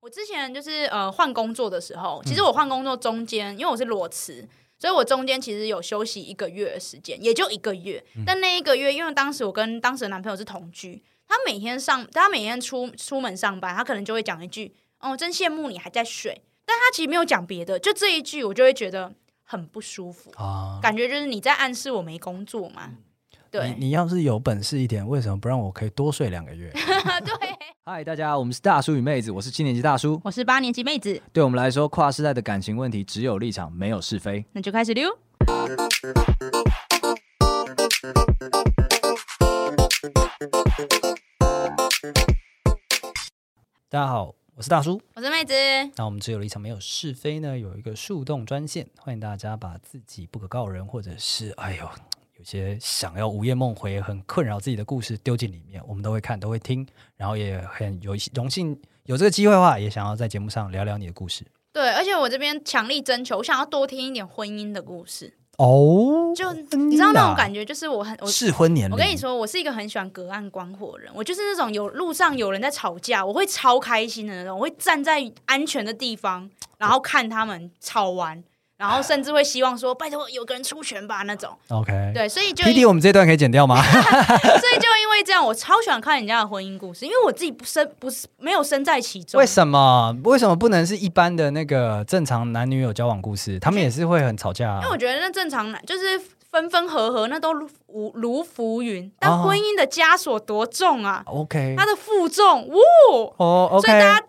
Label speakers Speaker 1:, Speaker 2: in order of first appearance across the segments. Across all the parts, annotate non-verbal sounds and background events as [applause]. Speaker 1: 我之前就是呃换工作的时候，其实我换工作中间，因为我是裸辞，所以我中间其实有休息一个月的时间，也就一个月。但那一个月，因为当时我跟当时的男朋友是同居，他每天上他每天出出门上班，他可能就会讲一句：“哦，真羡慕你还在睡。”但他其实没有讲别的，就这一句，我就会觉得很不舒服，
Speaker 2: 啊。
Speaker 1: 感觉就是你在暗示我没工作嘛。对
Speaker 2: 你你要是有本事一点，为什么不让我可以多睡两个月？
Speaker 1: [laughs] 对，
Speaker 3: 嗨，大家，我们是大叔与妹子，我是七年级大叔。
Speaker 1: [laughs] 我是八年级妹子，
Speaker 3: 对我们来说，跨世代的感情问题只有立场，没有是非。
Speaker 1: 那就开始溜。
Speaker 2: 大家好，我是大叔。
Speaker 1: 我是妹子，
Speaker 2: 那我们只有立场没有是非呢，有一个树洞专线，欢迎大家把自己不可告人，或者是哎呦有些想要午夜梦回、很困扰自己的故事丢进里面，我们都会看，都会听，然后也很有荣幸有这个机会的话，也想要在节目上聊聊你的故事
Speaker 1: 对，而且我这边强力征求，我想要多听一点婚姻的故事。
Speaker 2: 哦。
Speaker 1: 就你知道那种感
Speaker 2: 觉，
Speaker 1: 觉，就是我很我
Speaker 2: 适婚年龄，
Speaker 1: 我跟你，说，我是一个很喜欢隔岸观火的人，我就是那种有路上有人在吵架，我会超开心的那种，我会站在安全的地方，然后看他们吵完，然后甚至会希望说，拜托有个人出拳吧那种。
Speaker 2: OK。
Speaker 1: 对，所以
Speaker 2: [laughs]
Speaker 1: 就
Speaker 2: P D，我们这段可以剪
Speaker 1: [laughs]
Speaker 2: 掉吗？
Speaker 1: 所以就因为这样，我超喜欢看人家的婚姻故事，因为我自己不身不是没有身在其中
Speaker 2: 为。什么？为什么不能是一般的那个正常男女友交往故事？他们也是会很吵架、啊
Speaker 1: 因为。我觉得那正常男就是分分合合，那都如如如浮云，但婚姻的枷锁多重啊！
Speaker 2: 哦 OK，
Speaker 1: 它的负重，哇！
Speaker 2: 哦
Speaker 1: 所以大
Speaker 2: ，OK，
Speaker 1: 家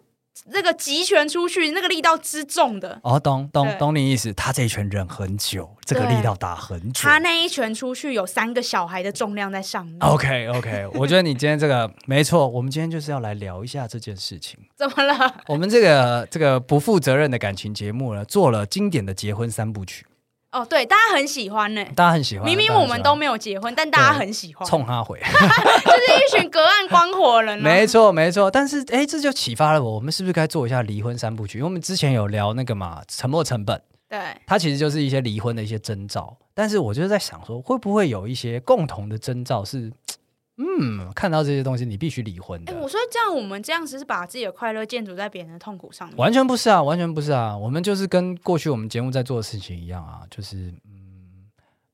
Speaker 1: 那个集权出去，那个力道之重的，
Speaker 2: 哦，懂懂
Speaker 1: 对
Speaker 2: 懂你意思。他这一拳忍很久，这个
Speaker 1: 对
Speaker 2: 力道打很久。
Speaker 1: 他那一拳出去有三个小孩的重量在上面，
Speaker 2: OK OK，我觉得你今天这个没错，我们今天就是要来聊一下这件事情。
Speaker 1: 怎么了？
Speaker 2: 我们这个这个不负责任的感情节目呢，做了经典的结婚三部曲，
Speaker 1: 哦，对，大家很喜欢呢、
Speaker 2: 大家很喜欢。
Speaker 1: 明明
Speaker 2: 大家
Speaker 1: 我
Speaker 2: 很喜
Speaker 1: 们
Speaker 2: 欢
Speaker 1: 都没有结婚，但大家很喜欢，
Speaker 2: 冲他回，
Speaker 1: 就是一群隔岸观火人、啊。
Speaker 2: 没错没错。但是哎，这就启发了我，我们是不是该做一下离婚三部曲？因为我们之前有聊那个嘛，沉没成本。
Speaker 1: 对，哎
Speaker 2: 它其实就是一些离婚的一些征兆。但是我就是在想说，会不会有一些共同的征兆是，嗯，看到这些东西你必须离婚
Speaker 1: 哎、
Speaker 2: 的？
Speaker 1: 我说这样，我们这样只是把自己的快乐建筑在别人的痛苦上面。
Speaker 2: 完全不是啊，完全不是啊，我们就是跟过去我们节目在做的事情一样啊，就是嗯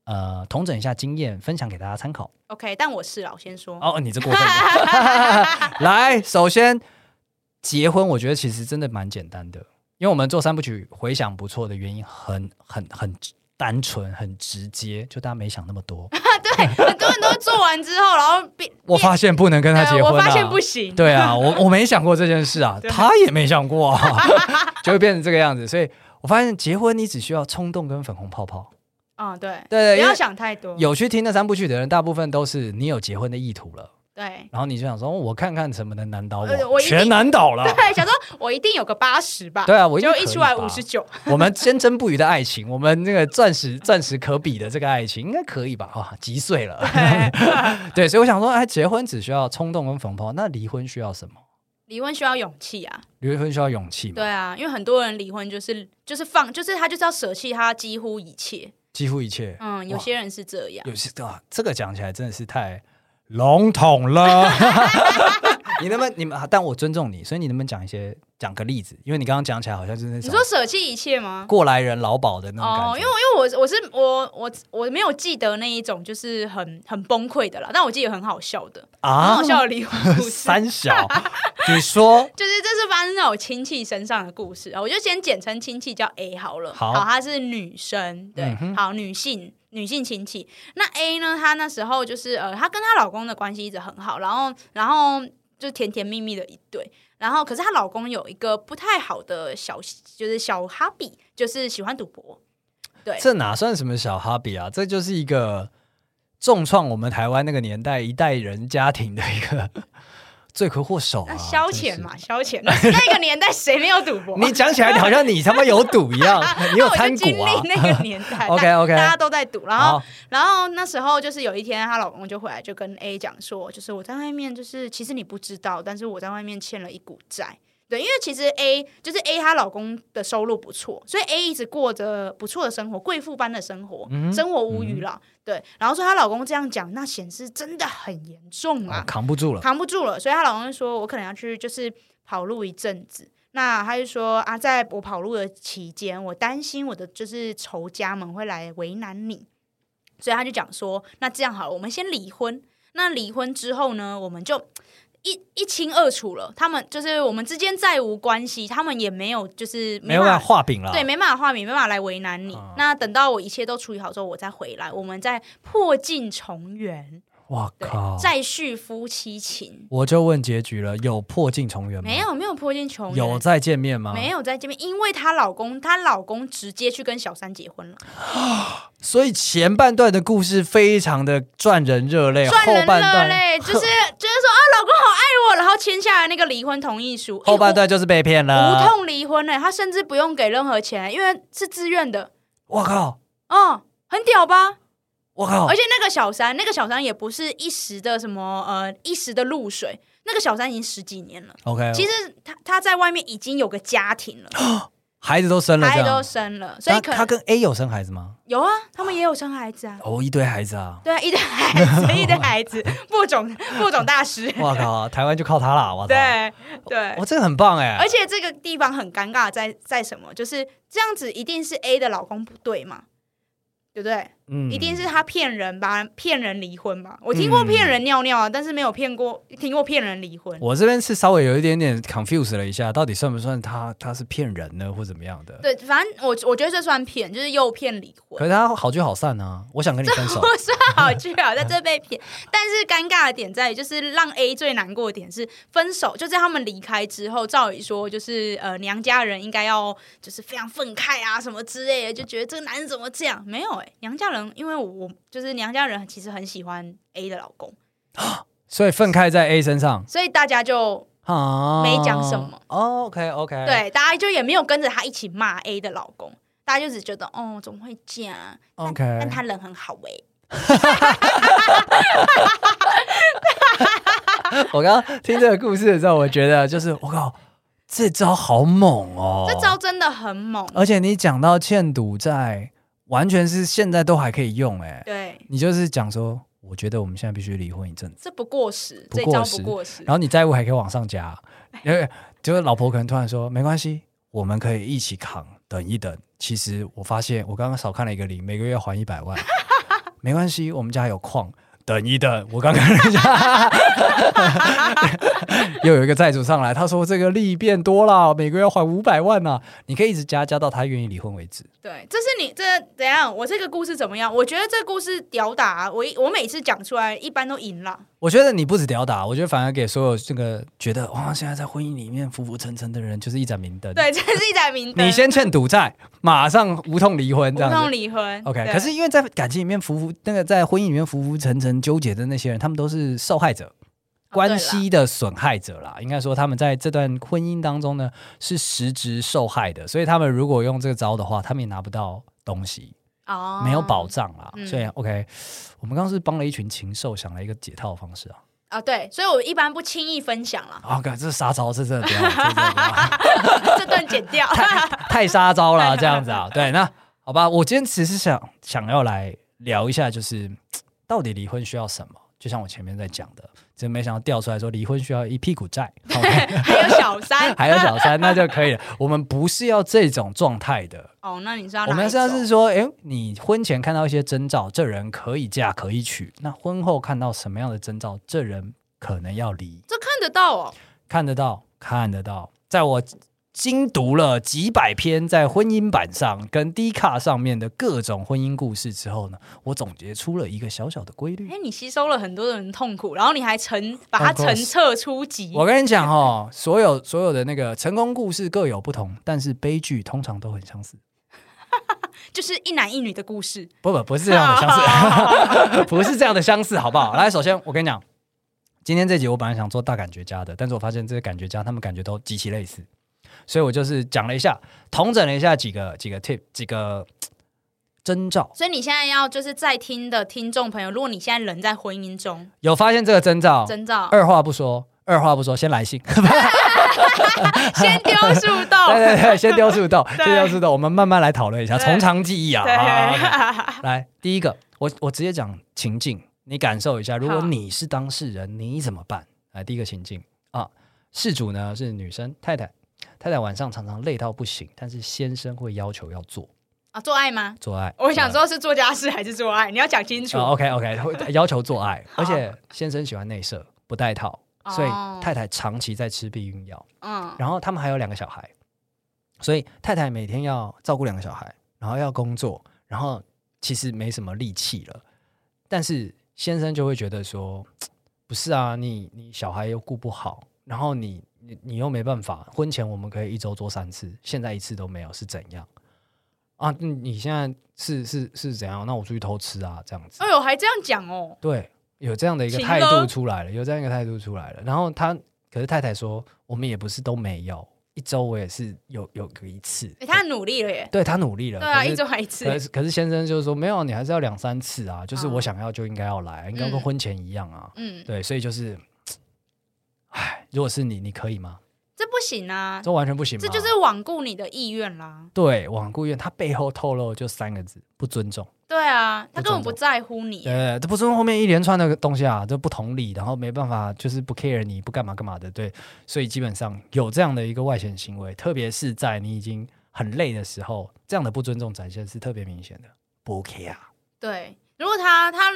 Speaker 2: 呃，统整一下经验，分享给大家参考。
Speaker 1: OK，但我是啦，我先说，
Speaker 2: 哦，你这过分了。 [laughs] 来，首先结婚，我觉得其实真的蛮简单的，因为我们做三部曲回想不错的原因很很很单纯，很直接，就大家没想那么
Speaker 1: [laughs]
Speaker 2: 多。
Speaker 1: 很多人都做完之后，然后变，
Speaker 2: 我发现不能跟他
Speaker 1: 对
Speaker 2: 结婚、啊
Speaker 1: 我发现不行。
Speaker 2: 对啊，我我没想过这件
Speaker 1: [laughs]
Speaker 2: 事啊，他也没想过、啊， [laughs] 就会变成这个样子。所以我发现结婚你只需要冲动跟粉红泡泡。
Speaker 1: 嗯，对，
Speaker 2: 对
Speaker 1: 不
Speaker 2: 因
Speaker 1: 要
Speaker 2: 为
Speaker 1: 想太多。
Speaker 2: 有去听那三部曲的人，大部分都是你有结婚的意图了，
Speaker 1: 对，
Speaker 2: 然后你就想说，哦我看看什么能难倒我，
Speaker 1: 呃我一定
Speaker 2: 全难倒
Speaker 1: [laughs]
Speaker 2: 了。
Speaker 1: 对，想说我一定有个八十吧。
Speaker 2: 啊对啊，我
Speaker 1: 就
Speaker 2: 定
Speaker 1: 一
Speaker 2: 可以
Speaker 1: 出来
Speaker 2: 吧
Speaker 1: 五十。
Speaker 2: [laughs]
Speaker 1: 九，
Speaker 2: 我们坚贞不渝的爱情，我们那个钻石钻石可比的这个爱情，应该可以吧？哈、击碎了。
Speaker 1: [laughs]
Speaker 2: 对，所以我想说，哎，结婚只需要冲动跟粉红泡泡，那离婚需要什么？
Speaker 1: 离婚需要勇气啊，
Speaker 2: 离婚需要勇气嘛？
Speaker 1: 对啊，因为很多人离婚就是就是放，就是他就是要舍弃他几乎一切，
Speaker 2: 几乎一切。
Speaker 1: 嗯，有
Speaker 2: 哇
Speaker 1: 些人是这样，
Speaker 2: 有些啊，这个讲起来真的是太笼
Speaker 1: [laughs]
Speaker 2: 统了。你能不能你们啊？但我尊重你，所以你能不能讲一些讲个例子？因为你刚刚讲起来好像就是那
Speaker 1: 你
Speaker 2: 种
Speaker 1: 说舍弃一切吗？
Speaker 2: 过来人老鸨的那种感觉。
Speaker 1: 哦，因为因为我我是我我我没有记得那一种就是很很崩溃的啦，但我记得很好笑的，很
Speaker 2: 啊
Speaker 1: 好，笑的离婚故事。
Speaker 2: 三小， [laughs] 你说
Speaker 1: 就是这是发生在我亲戚身上的故事啊，我就先简称亲戚叫 A 好了。
Speaker 2: 好
Speaker 1: 她是女生，对，
Speaker 2: 嗯哼
Speaker 1: 好女性女性亲戚。那 A 呢，她那时候就是呃，她跟她老公的关系一直很好，然后然后就甜甜蜜蜜的一对。然后可是她老公有一个不太好的小，就是小哈比，就是喜欢赌博。对
Speaker 2: 这哪算什么小哈比啊？这就是一个重创我们台湾那个年代一代人家庭的一
Speaker 1: [laughs]
Speaker 2: 个罪魁祸首啊！
Speaker 1: 那消
Speaker 2: 真
Speaker 1: 遣
Speaker 2: 是
Speaker 1: 嘛，消遣。那那个年代谁没有赌博？
Speaker 2: [laughs] 你讲起来好像你他妈有赌一
Speaker 1: [laughs]
Speaker 2: 样，你有
Speaker 1: 那我
Speaker 2: 参
Speaker 1: 就经
Speaker 2: 股啊
Speaker 1: 历？那啊个年
Speaker 2: [laughs]
Speaker 1: 代
Speaker 2: OK，OK
Speaker 1: 大大家都在赌，然后
Speaker 2: 好，
Speaker 1: 然后那时候就是有一天，她老公就回来就跟 A 讲说，就是我在外面，就是其实你不知道，但是我在外面欠了一股债。对，因为其实 A 就是 A 她老公的收入不错，所以 A 一直过着不错的生活，贵妇般的生活，生活无余了。对，然后说她老公这样讲，那显示真的很严重
Speaker 2: 我
Speaker 1: 啊，
Speaker 2: 扛不住了。
Speaker 1: 扛不住了，所以她老公就说我可能要去就是跑路一阵子。那他就说啊，在我跑路的期间，我担心我的就是仇家们会来为难你，所以他就讲说，那这样好了，我们先离婚。那离婚之后呢，我们就一一清二楚了。他们就是我们之间再无关系，他们也没有就是
Speaker 2: 没有办
Speaker 1: 办
Speaker 2: 法
Speaker 1: 法
Speaker 2: 画饼了。
Speaker 1: 对，没办法画面，没办法来为难你。
Speaker 2: 嗯
Speaker 1: 那等到我一切都处理好之后，我再回来，我们再破镜重圆，
Speaker 2: 哇
Speaker 1: 对，
Speaker 2: 靠！
Speaker 1: 再续夫妻情。
Speaker 2: 我就问结局了，有破镜重圆吗？
Speaker 1: 没，有，没有破镜重圆，
Speaker 2: 有啊再见面吗？
Speaker 1: 没。有在这边，因为她老公，她老公直接去跟小三结婚了，
Speaker 2: 所以前半段的故事非常的赚人热泪，
Speaker 1: 赚人
Speaker 2: 哎
Speaker 1: 哎
Speaker 2: 后半
Speaker 1: 了
Speaker 2: 段 [laughs]
Speaker 1: 嘞，就是就是说啊，老公好爱我，然后签下来那个离婚同意书，
Speaker 2: 后半
Speaker 1: 哎
Speaker 2: 段就是被骗
Speaker 1: 无无
Speaker 2: 了。
Speaker 1: 痛离婚嘞，欸她甚至不用给任何钱，因为是自愿的，
Speaker 2: 我靠！
Speaker 1: 嗯，很屌吧？
Speaker 2: 哦我靠
Speaker 1: 而！且那个小三，那个小三也不是一时的什么呃一时的露水，那个小三已经十几年了，
Speaker 2: OK，
Speaker 1: 其实她她在外面已经有个家庭了，
Speaker 2: 孩子都生了，
Speaker 1: 孩
Speaker 2: 哦这
Speaker 1: 子都
Speaker 2: 样。
Speaker 1: 生了，所以
Speaker 2: 那
Speaker 1: 可
Speaker 2: 他
Speaker 1: 能
Speaker 2: 跟 A 有生孩子吗？
Speaker 1: 有啊，他们也有生孩子啊。
Speaker 2: 哦，一堆孩子
Speaker 1: [laughs]
Speaker 2: 啊！
Speaker 1: 对啊，一堆孩子，
Speaker 2: [laughs]
Speaker 1: 一堆孩子，播种播种大师，
Speaker 2: 我靠，台湾就靠他了！我操！
Speaker 1: 对对
Speaker 2: 哇，。这个很棒哎！
Speaker 1: 而且这个地方很尴尬在，在什么？就是这样子，一定是 A 的老公不对嘛，对不对？
Speaker 2: 嗯
Speaker 1: 一定是他骗人吧，骗人离婚吧。我听过
Speaker 2: 嗯
Speaker 1: 骗人尿尿啊，但是没有骗过，听过骗人离婚。
Speaker 2: 我这边是稍微有一点点 confuse 了一下，到底算不算他他是骗人呢，或怎么样的？
Speaker 1: 对，反正我我觉得这算骗，就是诱骗离婚
Speaker 2: 可。是他好聚好散啊，我想跟你分手
Speaker 1: [laughs] 不。是好聚好，在这被骗。但是尴尬的点在于，就是让 A 最难过的点是分手，就在他们离开之后，照理说就是呃娘家人应该要就是非常愤慨啊什么之类的，就觉得这个男人怎么这样？没有哎、娘家人因为我就是娘家人其实很喜欢 A 的老公，
Speaker 2: 所以愤慨在 A 身上
Speaker 1: 所以大家就
Speaker 2: 啊，
Speaker 1: 没讲什么。
Speaker 2: 哦、OK OK，，
Speaker 1: 对大家就也没有跟着他一起骂 A 的老公。大家就只觉得，哦，怎么会这样但
Speaker 2: OK
Speaker 1: 但他人很好哎、
Speaker 2: 我刚刚听这个故事的时候，我觉得就是我靠，这招好猛哦！
Speaker 1: 这招，真的很猛。
Speaker 2: 而且你讲到欠赌债，完全是现在都还可以用哎。
Speaker 1: 对，
Speaker 2: 你就是讲说，我觉得我们现在必须离婚一阵子，
Speaker 1: 这不过时，
Speaker 2: 不
Speaker 1: 这一
Speaker 2: 过
Speaker 1: 招
Speaker 2: 时
Speaker 1: 不过时。
Speaker 2: 然后你债务还可以往上加，因为就是老婆可能突然说没关系，我们可以一起扛，等一等。其实我发现我刚刚少看了一个零，每个月还一百万，没关系，我们家有矿，等一等。我刚刚人家又有一个债主上来，他说这个利变多了，每个月还五百万呢、你可以一直加加到他愿意离婚为止。
Speaker 1: 对，这是你这怎样？我这个故事怎么样？我觉得这故事屌打、啊我一我每次讲出来，一般都赢了。
Speaker 2: 我觉得你不止吊打，我觉得反而给所有这个觉得哇，现在在婚姻里面浮浮沉沉的人，就是一盏明灯。
Speaker 1: 对，这是一盏明灯。
Speaker 2: 你先欠赌债，马上无痛离婚
Speaker 1: 无
Speaker 2: 这样
Speaker 1: 痛
Speaker 2: 子。
Speaker 1: 离婚
Speaker 2: OK，
Speaker 1: 对
Speaker 2: 可是因为在感情里面浮浮那个在婚姻里面浮浮沉沉纠结的那些人，他们都是受害
Speaker 1: 哦
Speaker 2: 者，关系的损害者啦。应该说他们在这段婚姻当中呢是实质受害的，所以他们如果用这个招的话，他们也拿不到东西，
Speaker 1: 哦
Speaker 2: 没有保障啦。
Speaker 1: 嗯
Speaker 2: 所以 OK，我们刚刚是帮了一群禽兽想了一个解套方式啊。，
Speaker 1: 啊、对，所以我一般不轻易分享了
Speaker 2: OK，这是哦杀招，这真的不要，这真的不要。
Speaker 1: 这段剪掉。
Speaker 2: 太杀招了，这样子啊。对，那好吧，我今天只是想想要来聊一下，就是嘖到底离婚需要什么？就像我前面在讲的，真没想到调出来说离婚需要一屁股债。OK
Speaker 1: [laughs] 还有小三，
Speaker 2: 还有小三，那就可以了。我们不是要这种状态的，
Speaker 1: 哦，那你知道
Speaker 2: 我
Speaker 1: 哪
Speaker 2: 们
Speaker 1: 一
Speaker 2: 是要
Speaker 1: 种
Speaker 2: 是说，哎，你婚前看到一些征兆，这人可以嫁可以娶；那婚后看到什么样的征兆，这人可能要离。
Speaker 1: 这看得到哦，
Speaker 2: 看得到，看得到。在我精读了几百篇在婚姻版上跟 D 卡上面的各种婚姻故事之后呢，我总结出了一个小小的规律
Speaker 1: 哎、。你吸收了很多人的痛苦，然后你还成把它
Speaker 2: Of course
Speaker 1: 成册出集，
Speaker 2: 哦我跟你讲哦，所有所有的那个成功故事各有不同，但是悲剧通常都很相似。
Speaker 1: 就是一男一女的故事。
Speaker 2: 不不不是这样的相似， [laughs] 不是这样的相似，好不好？来，首先我跟你讲，今天这集我本来想做大感觉家的，但是我发现这些感觉家他们感觉都极其类似，所以我就是讲了一下，统整了一下几个几个 tip 几个嘖征兆。
Speaker 1: [laughs] 所以你现在要就是在听的听众朋友，如果你现在人在婚姻中，哦
Speaker 2: 有发现这个征兆，
Speaker 1: 征兆
Speaker 2: 二话不说，二话不说，先来信， [laughs]
Speaker 1: 先丢树洞。
Speaker 2: 对对对，先丢树洞，
Speaker 1: [laughs] 对
Speaker 2: 先丢树洞，我们慢慢来讨论一下，
Speaker 1: 对
Speaker 2: 从长计议啊。
Speaker 1: 对
Speaker 2: 好好
Speaker 1: [laughs]
Speaker 2: 好来，第一个，我我直接讲情境，你感受一下，如果
Speaker 1: 好
Speaker 2: 你是当事人，你怎么办？来，第一个情境啊，事主呢是女生太太，太太晚上常常累到不行，但是先生会要求要做
Speaker 1: 啊，做爱吗？
Speaker 2: 做爱。
Speaker 1: 我想说是做家事还是做爱，你要讲清楚。
Speaker 2: 哦，OK OK，会要求做
Speaker 1: [laughs]
Speaker 2: 爱，而且先生喜欢内射，不戴套，所以
Speaker 1: 哦
Speaker 2: 太太长期在吃避孕药。
Speaker 1: 嗯，
Speaker 2: 然后他们还有两个小孩，所以太太每天要照顾两个小孩，然后要工作，然后其实没什么力气了。但是先生就会觉得说，嘖不是啊，你你小孩又顾不好，然后你你你又没办法，婚前我们可以一周做三次，现在一次都没有，是怎样？啊，你你现在是是是怎样？那我出去偷吃啊，这样子。
Speaker 1: 哎呦，还这样讲哦，
Speaker 2: 对，有这样的一个
Speaker 1: 情
Speaker 2: 态
Speaker 1: 勒
Speaker 2: 度出来了，有这样一个态度出来了。然后他，可是太太说，我们也不是都没有，一周我也是有有有一次，
Speaker 1: 哎，他努力了耶。
Speaker 2: 对他努力了，
Speaker 1: 对啊，
Speaker 2: 可是
Speaker 1: 一周还一次。
Speaker 2: 可是可是先生就是说，没有，你还是要两三次啊，就是
Speaker 1: 哦
Speaker 2: 我想要就应该要来，啊应该跟
Speaker 1: 嗯
Speaker 2: 婚前一样啊。
Speaker 1: 嗯，
Speaker 2: 对，所以就是，唉，如果是你，你可以吗？
Speaker 1: 这不行啊，
Speaker 2: 这完全不行吧，
Speaker 1: 这就是罔顾你的意愿啦。
Speaker 2: 对罔顾院，他背后透露就三个字：不尊重。
Speaker 1: 对啊，他根本
Speaker 2: 不
Speaker 1: 不
Speaker 2: 尊重
Speaker 1: 在乎你。
Speaker 2: 呃，这不是后面一连串的东西啊，这不同理，然后没办法，就是不 care 你不干嘛干嘛的，对，所以基本上有这样的一个外显行为，特别是在你已经很累的时候，这样的不尊重展现是特别明显的，不 care，
Speaker 1: 对，如果他他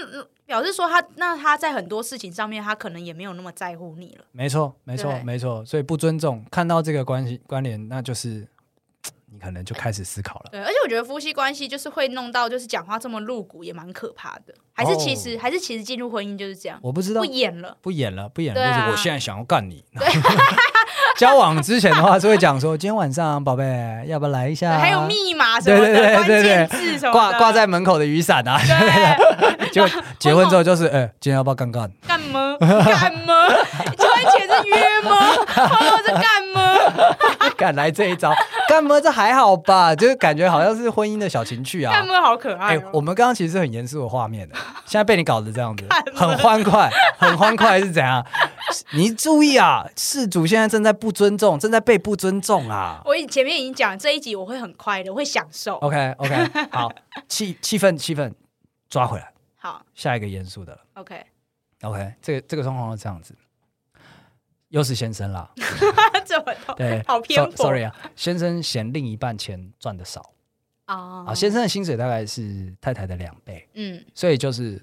Speaker 1: 表示说他那他在很多事情上面，他可能也没有那么在乎你了。
Speaker 2: 没错，没错
Speaker 1: 对，
Speaker 2: 没错，所以不尊重，看到这个关系关联，那就是嘖你可能就开始思考了，
Speaker 1: 对，而且我觉得夫妻关系就是会弄到就是讲话这么露骨，也蛮可怕的。还是其实、还是其实进入婚姻就是这样，
Speaker 2: 哦我不知道
Speaker 1: 不演了。
Speaker 2: 不演了，不演了，
Speaker 1: 对啊
Speaker 2: 就是我现在想要干你。 [laughs] 交往之前的话是会讲说，今天晚上宝贝要不要来一
Speaker 1: 对
Speaker 2: 下？
Speaker 1: 还有密码啊什么
Speaker 2: 啊对对对
Speaker 1: 的，关
Speaker 2: 对对
Speaker 1: 键字什么的
Speaker 2: 挂挂在门口的雨伞
Speaker 1: [laughs]
Speaker 2: 啊，
Speaker 1: 对
Speaker 2: 结果结婚之后就是，哎、今天要不要干
Speaker 1: [laughs]
Speaker 2: 干？
Speaker 1: 干嘛
Speaker 2: [laughs]
Speaker 1: 干嘛？婚前是约吗？婚后是干嘛？
Speaker 2: 敢来这一招，干嘛？这还好吧，就是感觉好像是婚姻的小情趣啊
Speaker 1: 干。嘛好可
Speaker 2: 哎、
Speaker 1: 爱哦、
Speaker 2: 我们刚刚其实是很严肃的
Speaker 1: [laughs]
Speaker 2: 画面的，现在被你搞得这样子，很欢快，很欢快是怎样？ [laughs] 你注意啊，事主现在正在不尊重，正在被不尊重啊。
Speaker 1: 我已前面已经讲这一集我会很快的，我会享受。
Speaker 2: OK
Speaker 1: [laughs]
Speaker 2: OK，好，气气氛气氛抓回来，
Speaker 1: 好
Speaker 2: 下一个严肃的了。
Speaker 1: ，OK， [laughs]
Speaker 2: OK，这个这个状况是这样子，又是先生啦，
Speaker 1: 他怎么 [laughs] 都，
Speaker 2: 对
Speaker 1: 好偏
Speaker 2: so-
Speaker 1: 颇
Speaker 2: Sorry 啊，先生嫌另一半钱赚的少
Speaker 1: 啊
Speaker 2: 啊，先生的薪水大概是太太的两倍，
Speaker 1: 嗯
Speaker 2: 所以就是嘖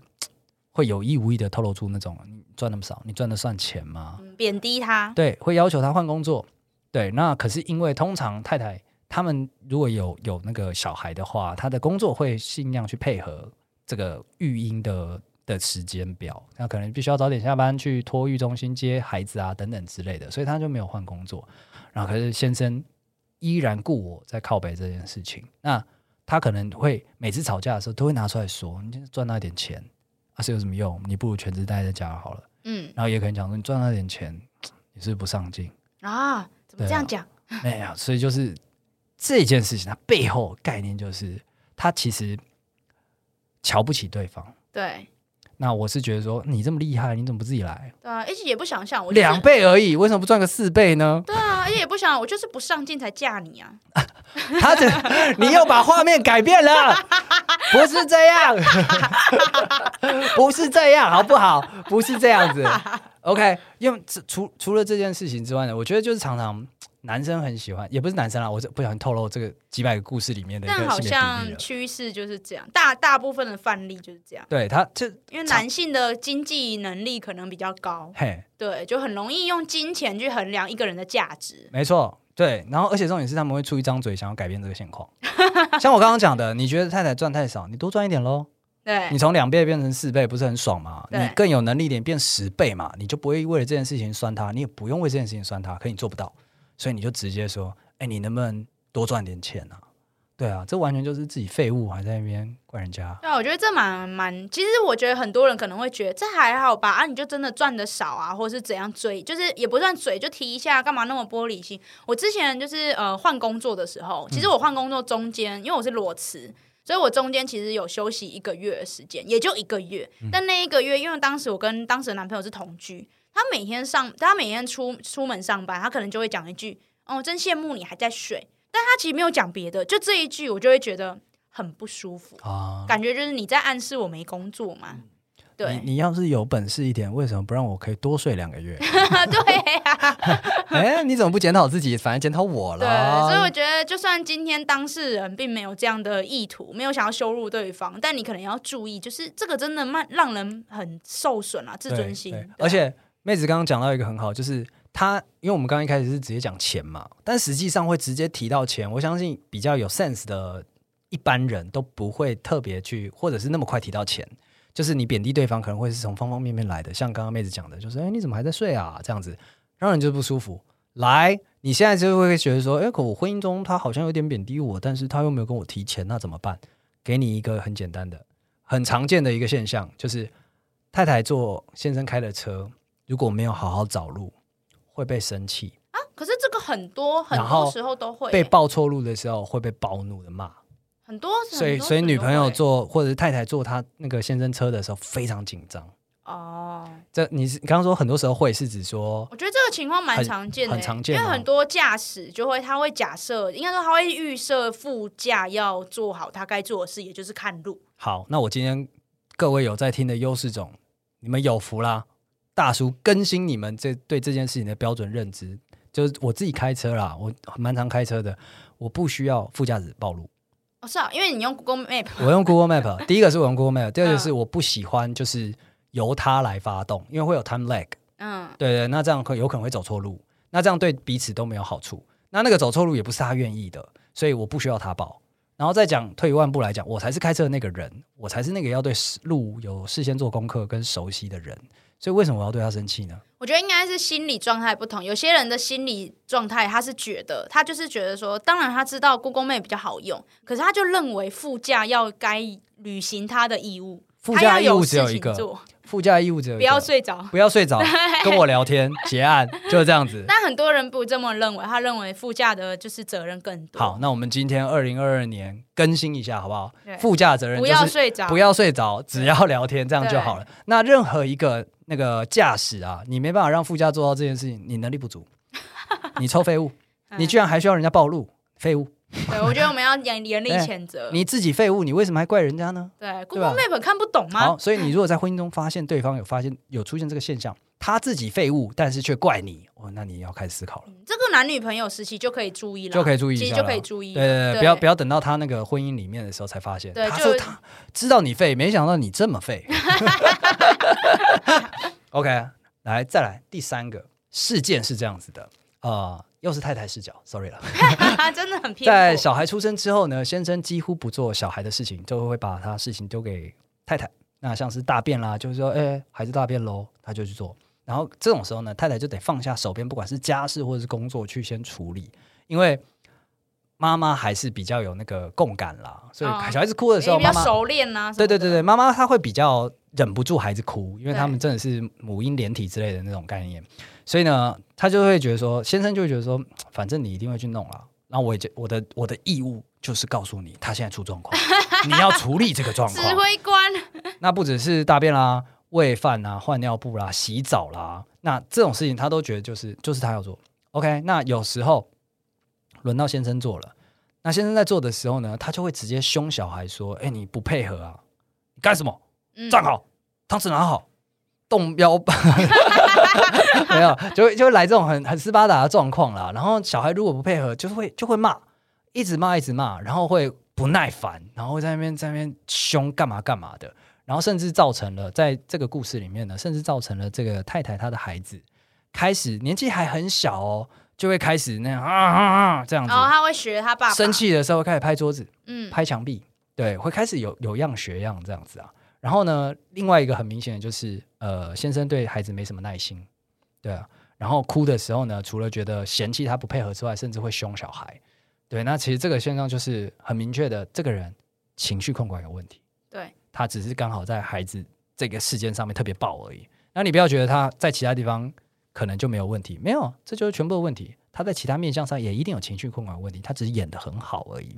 Speaker 2: 会有意无意的透露出那种你赚那么少，你赚的算钱吗？
Speaker 1: 嗯贬低他，
Speaker 2: 对，会要求他换工作。对，那可是因为通常太太他们如果有有那个小孩的话，他的工作会尽量去配合这个育婴的的时间表，那可能必须要早点下班去托育中心接孩子啊等等之类的，所以他就没有换工作。然后可是先生依然顾我在靠北这件事情，那他可能会每次吵架的时候都会拿出来说：“你就是赚那点钱啊是有什么用？你不如全职待在家好了。”
Speaker 1: 嗯
Speaker 2: 然后也可能讲说你赚那点钱，你是不是不上进，
Speaker 1: 啊，怎么这样讲？
Speaker 2: 没有，所以就是这件事情，它背后的概念就是他其实瞧不起对啊方。
Speaker 1: 对
Speaker 2: 那我是觉得说你这么厉害，你怎么不自己来？
Speaker 1: 对啊，而且也不想想，我就是
Speaker 2: 两倍而已，为什么不赚个四倍呢？
Speaker 1: 对啊，而且也不想，我就是不上进才嫁你啊。[laughs]
Speaker 2: 他这你又把画面改变了，不是这样， [laughs] 不是这样，好不好？不是这样子。OK，因为这除除了这件事情之外呢，我觉得就是常常男生很喜欢，也不是男生啦，我这不小心透露这个几百个故事里面的一个
Speaker 1: 但好
Speaker 2: 性别比例啊
Speaker 1: 像
Speaker 2: 了。
Speaker 1: 趋势就是这样，大大部分的范例就是这样，
Speaker 2: 对他就
Speaker 1: 因为男性的经济能力可能比较高，
Speaker 2: 嘿，
Speaker 1: 对，就很容易用金钱去衡量一个人的价值。
Speaker 2: 没错，对。然后而且重点是他们会出一张嘴，想要改变这个现
Speaker 1: [laughs]
Speaker 2: 况。像我刚刚讲的，你觉得太太赚太少，你多赚一点喽。
Speaker 1: 对
Speaker 2: 你从两倍变成四倍，不是很爽吗？
Speaker 1: 哎对
Speaker 2: 你更有能力一点变十倍嘛，你就不会为了这件事情酸他，你也不用为这件事情酸他，可你做不到，所以你就直接说，哎，你能不能多赚点钱啊？对啊，这完全就是自己废物，还在那边怪人家。
Speaker 1: 对啊，我觉得这蛮蛮，其实我觉得很多人可能会觉得这还好吧，啊，你就真的赚的少啊，或者是怎样追，就是也不算嘴，就提一下，干嘛那么玻璃心？我之前就是呃换工作的时候，其实我换工作中间，因为我是裸辞。所以我中间其实有休息一个月的时间，也就一个月。但那一个月，因为当时我跟当时的男朋友是同居，他每天上，他每天出出门上班，他可能就会讲一句：“哦，真羡慕你还在睡。”但他其实没有讲别的，就这一句，我就会觉得很不舒服。
Speaker 2: 啊，嗯
Speaker 1: 感觉就是你在暗示我没工作嘛。 [laughs] 对
Speaker 2: 你你要是有本事一点，为什么不让我可以多睡两个月？ [laughs]
Speaker 1: 对呀、
Speaker 2: 哎，你怎么不检讨自己，反而检讨我
Speaker 1: 对，所以我
Speaker 2: 了？
Speaker 1: 觉得，就算今天当事人并没有这样的意图，没有想要羞辱对方，但你可能要注意，就是这个真的慢让人很受损啊，自尊心
Speaker 2: 对对。
Speaker 1: 对
Speaker 2: 而且妹子刚刚讲到一个很好，就是她，因为我们刚刚一开始是直接讲钱嘛，但实际上会直接提到钱，我相信比较有 sense 的一般人都不会特别去，或者是那么快提到钱。就是你贬低对方，可能会是从方方面面来的，像刚刚妹子讲的，就是哎、你怎么还在睡啊？这样子让人就不舒服。来，你现在就会觉得说，哎、可我婚姻中他好像有点贬低我，但是他又没有跟我提钱，那怎么办？给你一个很简单的、很常见的一个现象，就是太太坐先生开的车，如果没有好好找路，会被生气，
Speaker 1: 啊，可是这个很多很
Speaker 2: 然后
Speaker 1: 多时候都会、
Speaker 2: 被报错路的时候会被暴怒的骂。
Speaker 1: 很多，啊很多
Speaker 2: 所以，
Speaker 1: 时候
Speaker 2: 所以女朋
Speaker 1: 都
Speaker 2: 友
Speaker 1: 会
Speaker 2: 坐或者是太太坐她那个先生车的时候非常紧张。
Speaker 1: 哦，
Speaker 2: 这你是你刚刚说很多时候会是指说
Speaker 1: 我觉得这个情况蛮常见的、欸
Speaker 2: 很很常见
Speaker 1: 因为
Speaker 2: 哦
Speaker 1: 很多驾驶就会他会假设，应该说他会预设副驾要做好他该做的事，也就是看路。
Speaker 2: 好，那我今天各位有在听的优势种，你们有福啦！大叔更新你们这对这件事情的标准认知，就是我自己开车啦，我蛮常开车的，我不需要副驾驶暴露，
Speaker 1: 哦，是啊，因为你用 Google Map，
Speaker 2: 我用 Google Map，第一个是我用 Google Map，第二个
Speaker 1: 嗯
Speaker 2: 是我不喜欢就是由它来发动，因为会有 time lag，
Speaker 1: 嗯，
Speaker 2: 对对，那这样可有可能会走错路，那这样对彼此都没有好处。那那个走错路也不是他愿意的，所以我不需要他报。然后再讲退一万步来讲，我才是开车的那个人，我才是那个要对路有事先做功课跟熟悉的人。所以为什么我要对他生气呢？
Speaker 1: 我觉得应该是心理状态不同。有些人的心理状态，他是觉得他就是觉得说，当然他知道 Google Map 比较好用，可是他就认为副驾要该履行他的义务，
Speaker 2: 副驾
Speaker 1: 他
Speaker 2: 义
Speaker 1: 要有
Speaker 2: 务只
Speaker 1: 事
Speaker 2: 有
Speaker 1: 情
Speaker 2: 一个
Speaker 1: 做，
Speaker 2: 附加义务者
Speaker 1: 不要睡着。
Speaker 2: 不要
Speaker 1: [laughs]
Speaker 2: 睡着，跟我聊天结案，就是这样子。
Speaker 1: 但很多人不这么认为，他认为副驾的就是责任更多。
Speaker 2: 好，，那我们今天二零二二年更新一下好不好
Speaker 1: 对？
Speaker 2: 副驾责任
Speaker 1: 不
Speaker 2: 就
Speaker 1: 要
Speaker 2: 是
Speaker 1: 睡着，
Speaker 2: 不要睡着，只要聊天，这样就好了。那任何一个那个驾驶啊，你没办法让副驾做到这件事情，你能力不足，你抽废物，
Speaker 1: 嗯
Speaker 2: 你居然还需要人家暴露废物，
Speaker 1: 对，我觉得我们要严严
Speaker 2: [laughs]
Speaker 1: 厉谴责。
Speaker 2: 你自己废物，你为什么还怪人家呢？
Speaker 1: 对 Google Map 看不懂吗
Speaker 2: 好，？所以你如果在婚姻中发现对方有发现有出现这个现象，他自己废物，但是却怪你，哦，那你也要开始思考了。
Speaker 1: 这个男女朋友时期就可以注意了，
Speaker 2: 就可以注意一下
Speaker 1: 其
Speaker 2: 了
Speaker 1: 实就可以注意。
Speaker 2: 对对对，不要不要等到他那个婚姻里面的时候才发现，
Speaker 1: 对
Speaker 2: 他
Speaker 1: 就
Speaker 2: 说他知道你废，没想到你这
Speaker 1: [laughs]
Speaker 2: 么废。OK，来再来第三个事件是这样子的，呃，又是太太视角，sorry 了。
Speaker 1: 要， [laughs] 真的很偏颇。
Speaker 2: 在小孩出生之后呢，先生几乎不做小孩的事情，就会把他事情丢给太太。那像是大便啦，就是说，哎、孩子大便喽，他就去做。然后这种时候呢，太太就得放下手边，不管是家事或者是工作，去先处理，因为妈妈还是比较有那个共感啦，所以
Speaker 1: 哦
Speaker 2: 小孩子哭的时候，
Speaker 1: 因为
Speaker 2: 妈
Speaker 1: 比较
Speaker 2: 妈
Speaker 1: 熟练呐、啊。
Speaker 2: 对对对
Speaker 1: 对，
Speaker 2: 对，妈妈她会比较忍不住孩子哭，因
Speaker 1: 对
Speaker 2: 为他们真的是母婴连体之类的那种概念，所以呢，她就会觉得说，先生就会觉得说，反正你一定会去弄啦。然后我也觉我的我的义务就是告诉你，他现在出状况，你要处理这个状
Speaker 1: 指
Speaker 2: 况。
Speaker 1: 挥官
Speaker 2: 那不只是大便啦、喂饭啦、换尿布啦、洗澡啦，那这种事情他都觉得就是就是他要做。OK，那有时候轮到先生做了，那先生在做的时候呢，他就会直接凶小孩说：“哎、你不配合啊，你干什么？
Speaker 1: 嗯
Speaker 2: 站好，汤匙拿好。”动腰 [laughs] 板没有，就会就会来这种很很斯巴达的状况啦。然后小孩如果不配合，就会就会骂，一直骂一直骂，然后会不耐烦，然后在那边在那边凶干嘛干嘛的。然后甚至造成了在这个故事里面呢，甚至造成了这个太太她的孩子开始年纪还很小哦，就会开始那样啊啊啊这样子
Speaker 1: 然，后他会学他哦爸爸
Speaker 2: 生，气的时候会开始拍桌子、
Speaker 1: 嗯，
Speaker 2: 拍墙壁，对，会开始有有样学样这样子啊。然后呢，另外一个很明显的就是，呃，先生对孩子没什么耐心，对啊。然后哭的时候呢，除了觉得嫌弃他不配合之外，甚至会凶小孩，对。那其实这个现象就是很明确的，这个人情绪控管有问题。
Speaker 1: 对，
Speaker 2: 他只是刚好在孩子这个事件上面特别爆而已。那你不要觉得他在其他地方可能就没有问题，没有，这就是全部的问题。他在其他面向上也一定有情绪控管问题，他只是演的很好而已。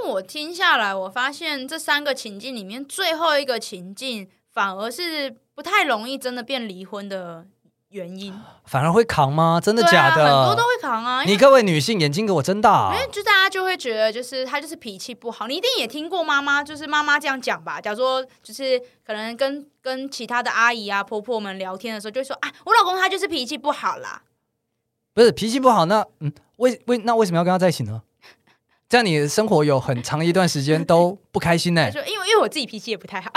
Speaker 1: 但我听下来，我发现这三个情境里面，最后一个情境反而是不太容易真的变离婚的原因。
Speaker 2: 反而会扛吗？ [laughs] 真的假
Speaker 1: 对
Speaker 2: 的？
Speaker 1: 啊、很多都会扛啊，因为
Speaker 2: 你各位女性眼睛给我睁大、啊
Speaker 1: 因为就大家就会觉得，就是他就是脾气不好。你一定也听过妈妈，就是妈妈这样讲吧。假如说就是可能跟跟其他的阿姨啊、婆婆们聊天的时候，就会说啊，我老公他就是脾气不好啦。
Speaker 2: 不是脾气不好，那嗯，为为那为什么要跟他在一起
Speaker 1: [laughs]
Speaker 2: 呢？这样你生活有很长一段时间都不开心呢、
Speaker 1: [laughs] 他说，因为因为我自己脾气也不太好，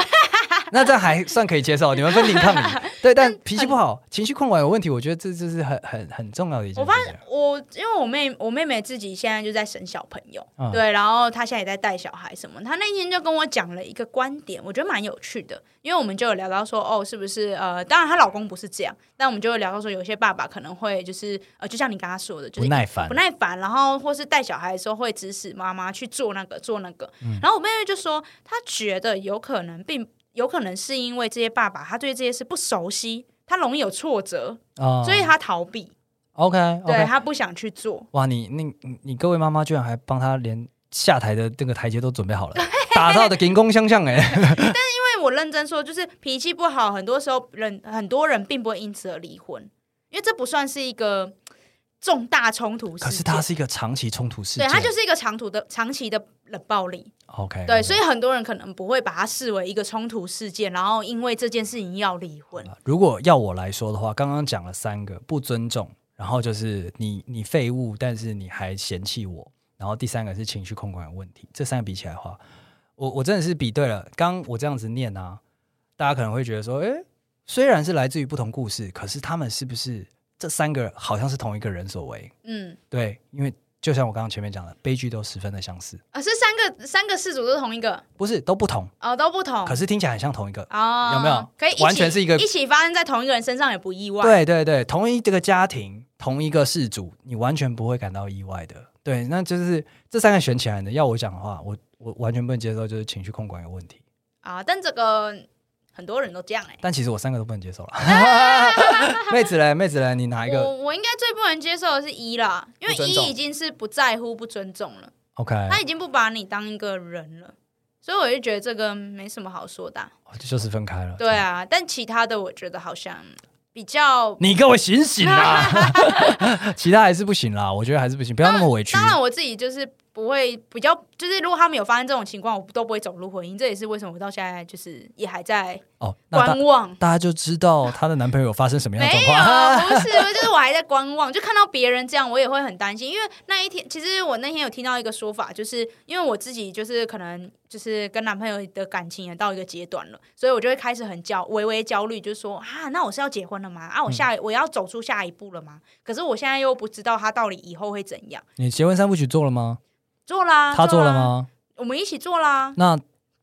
Speaker 2: 那这样还算可以接受，你们分庭
Speaker 1: [laughs]
Speaker 2: 抗礼。对，但脾气不好、情绪控管有问题，我觉得这这是很很很重要的一件
Speaker 1: 我
Speaker 2: 事
Speaker 1: 发
Speaker 2: 情
Speaker 1: 现我因为我妹我妹妹自己现在就在生小朋友，
Speaker 2: 嗯
Speaker 1: 对，然后她现在也在带小孩什么。她那天就跟我讲了一个观点，我觉得蛮有趣的，因为我们就有聊到说，哦，是不是呃，当然她老公不是这样，但我们就有聊到说，有些爸爸可能会就是呃，就像你刚刚说的，就
Speaker 2: 不
Speaker 1: 是
Speaker 2: 耐烦
Speaker 1: 不。耐烦，然后或是带小孩的时候会指使妈妈去做那个做那个。
Speaker 2: 嗯
Speaker 1: 然后我妹妹就说，她觉得有可能并有可能是因为这些爸爸他对这些事不熟悉，他容易有挫折，
Speaker 2: 啊
Speaker 1: 所以他逃避，
Speaker 2: OK
Speaker 1: 对
Speaker 2: OK，
Speaker 1: 他不想去做。
Speaker 2: 哇，你你你你各位妈妈居然还帮他连下台的那个台阶都准备好了，
Speaker 1: [laughs]
Speaker 2: 打造的顶弓相向哎、
Speaker 1: 因为我认真说，就是脾气不好，很多时候人很多人并不会因此而离婚，因为这不算是一个重大冲突事件。
Speaker 2: 可是它是一个长期冲突事
Speaker 1: 对
Speaker 2: 件，
Speaker 1: 他就是一个长途的长期的冷暴力。
Speaker 2: OK
Speaker 1: 对，所
Speaker 2: 以
Speaker 1: 以很多人可能不会把它视为一个冲突事件，然后因为这件事情要离婚。
Speaker 2: 如果要我来说的话，刚刚讲了三个不尊重，然后就是你你废物，但是你还嫌弃我，然后第三个是情绪控管有问题，这三个比起来的话，我我真的是比对了，刚我这样子念啊，大家可能会觉得说，诶，虽然是来自于不同故事，可是他们是不是这三个好像是同一个人所为？
Speaker 1: 嗯，
Speaker 2: 对，因为就像我刚刚前面讲的，悲剧都十分的相似，
Speaker 1: 啊，是三个三个事主都是同一个
Speaker 2: 不是都不同，
Speaker 1: 哦，都不同。
Speaker 2: 可是听起来很像同一个。
Speaker 1: 哦，
Speaker 2: 有没有
Speaker 1: 可以一起
Speaker 2: 完全是一个
Speaker 1: 一起发生在同一个人身上也不意外。
Speaker 2: 对对对，同一这个家庭，同一个事主，你完全不会感到意外的。对，那就是这三个选起来的。要我讲的话，我我完全不能接受，就是情绪控管有问题。
Speaker 1: 啊，但这个很多人都这样哎、
Speaker 2: 但其实我三个都不能接受了。 [laughs] 妹子嘞，妹子嘞，你哪一个
Speaker 1: 我我应该最不能接受的是一啦，因为
Speaker 2: 不尊
Speaker 1: 一
Speaker 2: 重哎
Speaker 1: 已经是不在乎、不尊重了，
Speaker 2: ？OK，
Speaker 1: 他已经不把你当一个人了，所以我就觉得这个没什么好说的啊、
Speaker 2: 哦这就是分开了。
Speaker 1: 对，啊，但其他的我觉得好像比较
Speaker 2: 你给我醒醒
Speaker 1: [laughs]
Speaker 2: 啦！其他还是不行啦，我觉得还是不行，不要那么委屈
Speaker 1: 当。然，我自己就是不会比较，就是如果他们有发生这种情况，我都不会走入婚姻。这也是为什么我到现在就是也还在
Speaker 2: 哦，那大
Speaker 1: 观望。
Speaker 2: 大家就知道她的男朋友发生什么样
Speaker 1: 没
Speaker 2: 的
Speaker 1: 有，
Speaker 2: 状
Speaker 1: [laughs]
Speaker 2: 况。
Speaker 1: 不是，就是我还在观望，就看到别人这样，我也会很担心。因为那一天，其实我那天有听到一个说法，就是因为我自己就是可能就是跟男朋友的感情也到一个阶段了，所以我就会开始很焦，微微焦虑，就是说啊，那我是要结婚了吗？啊，
Speaker 2: 嗯
Speaker 1: 我下、我要走出下一步了吗？可是我现在又不知道他到底以后会怎样。
Speaker 2: 你结婚三部曲做了吗？
Speaker 1: 做啦，
Speaker 2: 他做了
Speaker 1: 啦？
Speaker 2: 吗？
Speaker 1: 我们一起做啦，
Speaker 2: 那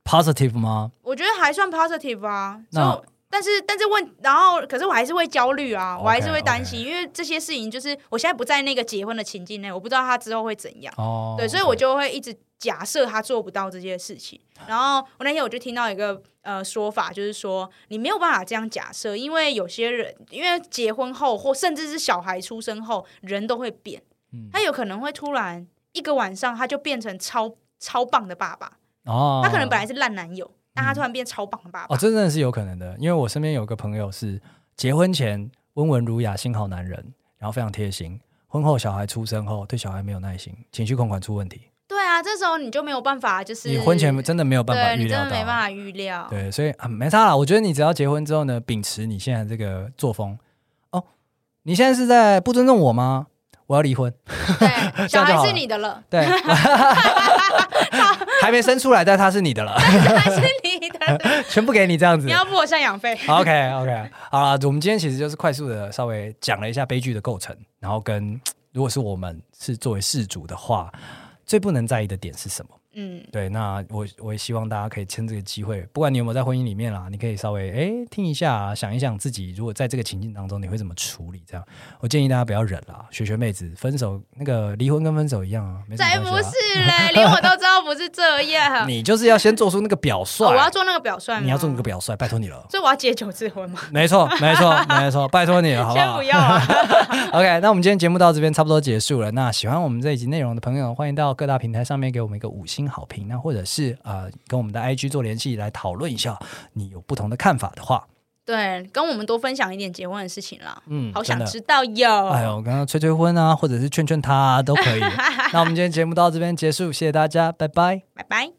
Speaker 2: positive 吗？
Speaker 1: 我觉得还算 positive 啊。
Speaker 2: 那
Speaker 1: 就但是但是问，然后可是我还是会焦虑啊
Speaker 2: OK，
Speaker 1: 我还是会担心因为这些事情就是我现在不在那个结婚的情境内，我不知道他之后会怎样。
Speaker 2: 哦，
Speaker 1: 对，所以我就会一直假设他做不到这些事情。然后我那天我就听到一个呃说法，就是说你没有办法这样假设，因为有些人因为结婚后或甚至是小孩出生后，人都会变，
Speaker 2: 嗯
Speaker 1: 他有可能会突然一个晚上他就变成超超棒的爸爸，
Speaker 2: 哦，嗯
Speaker 1: 他可能本来是烂男友，但他突然变超棒的爸爸。
Speaker 2: 哦，这真的是有可能的，因为我身边有个朋友是结婚前温文儒雅、心好男人，然后非常贴心，婚后小孩出生后对小孩没有耐心，情绪控管出问题，
Speaker 1: 对啊，这时候你就没有办法，就是
Speaker 2: 你婚前真的没有办法
Speaker 1: 对
Speaker 2: 预
Speaker 1: 你真
Speaker 2: 料
Speaker 1: 的
Speaker 2: 到，
Speaker 1: 没办法预料。
Speaker 2: 对，所以啊，没差啦。我觉得你只要结婚之后呢，秉持你现在这个作风，哦，你现在是在不尊重我吗？我要离婚，
Speaker 1: 对，
Speaker 2: 这
Speaker 1: 小
Speaker 2: 样就
Speaker 1: 孩
Speaker 2: 好
Speaker 1: 是
Speaker 2: 了
Speaker 1: 你的
Speaker 2: [laughs]
Speaker 1: 了， [laughs]
Speaker 2: 对，还没生出来，但他是你的了， [laughs]
Speaker 1: 小孩是你的了，
Speaker 2: 全部给你这样子
Speaker 1: 你。要付我赡养费。
Speaker 2: OK OK，好了，我们今天其实就是快速的稍微讲了一下悲剧的构成，然后跟如果是我们是作为事主的话，最不能在意的点是什么？
Speaker 1: 嗯，
Speaker 2: 对，那我我也希望大家可以趁这个机会，不管你有没有在婚姻里面啦，你可以稍微哎听一下啊，想一想自己如果在这个情境当中你会怎么处理。这样，我建议大家不要忍啦，学学妹子，分手那个离婚跟分手一样啊，没什
Speaker 1: 才
Speaker 2: 么
Speaker 1: 不
Speaker 2: 关系、
Speaker 1: 是嘞，连我都知道不是这
Speaker 2: 啊。
Speaker 1: 样。
Speaker 2: [laughs] 你就是要先做出那个表率，
Speaker 1: 哦我要做那个表率吗？
Speaker 2: 你要做那个，表率，拜托你了。
Speaker 1: 所以我要戒酒自婚吗？
Speaker 2: 啊没错，没错，没错，拜托你了，好不
Speaker 1: 先
Speaker 2: 好？
Speaker 1: 不要啊。
Speaker 2: [laughs] OK，那我们今天节目到这边差不多结束了。那喜欢我们这一集内容的朋友，欢迎到各大平台上面给我们一个五星好评，那或者是呃跟我们的 IG 做联系来讨论一下，你有不同的看法的话，
Speaker 1: 对，跟我们多分享一点结婚的事情啦。
Speaker 2: 嗯
Speaker 1: 好
Speaker 2: 真
Speaker 1: 想
Speaker 2: 的
Speaker 1: 知道哟。
Speaker 2: 哎呦，刚刚催催婚啊， [laughs] 或者是劝劝他、啊、都可以。那我们今天节目到这边结束，谢谢大家，拜拜。
Speaker 1: 拜拜。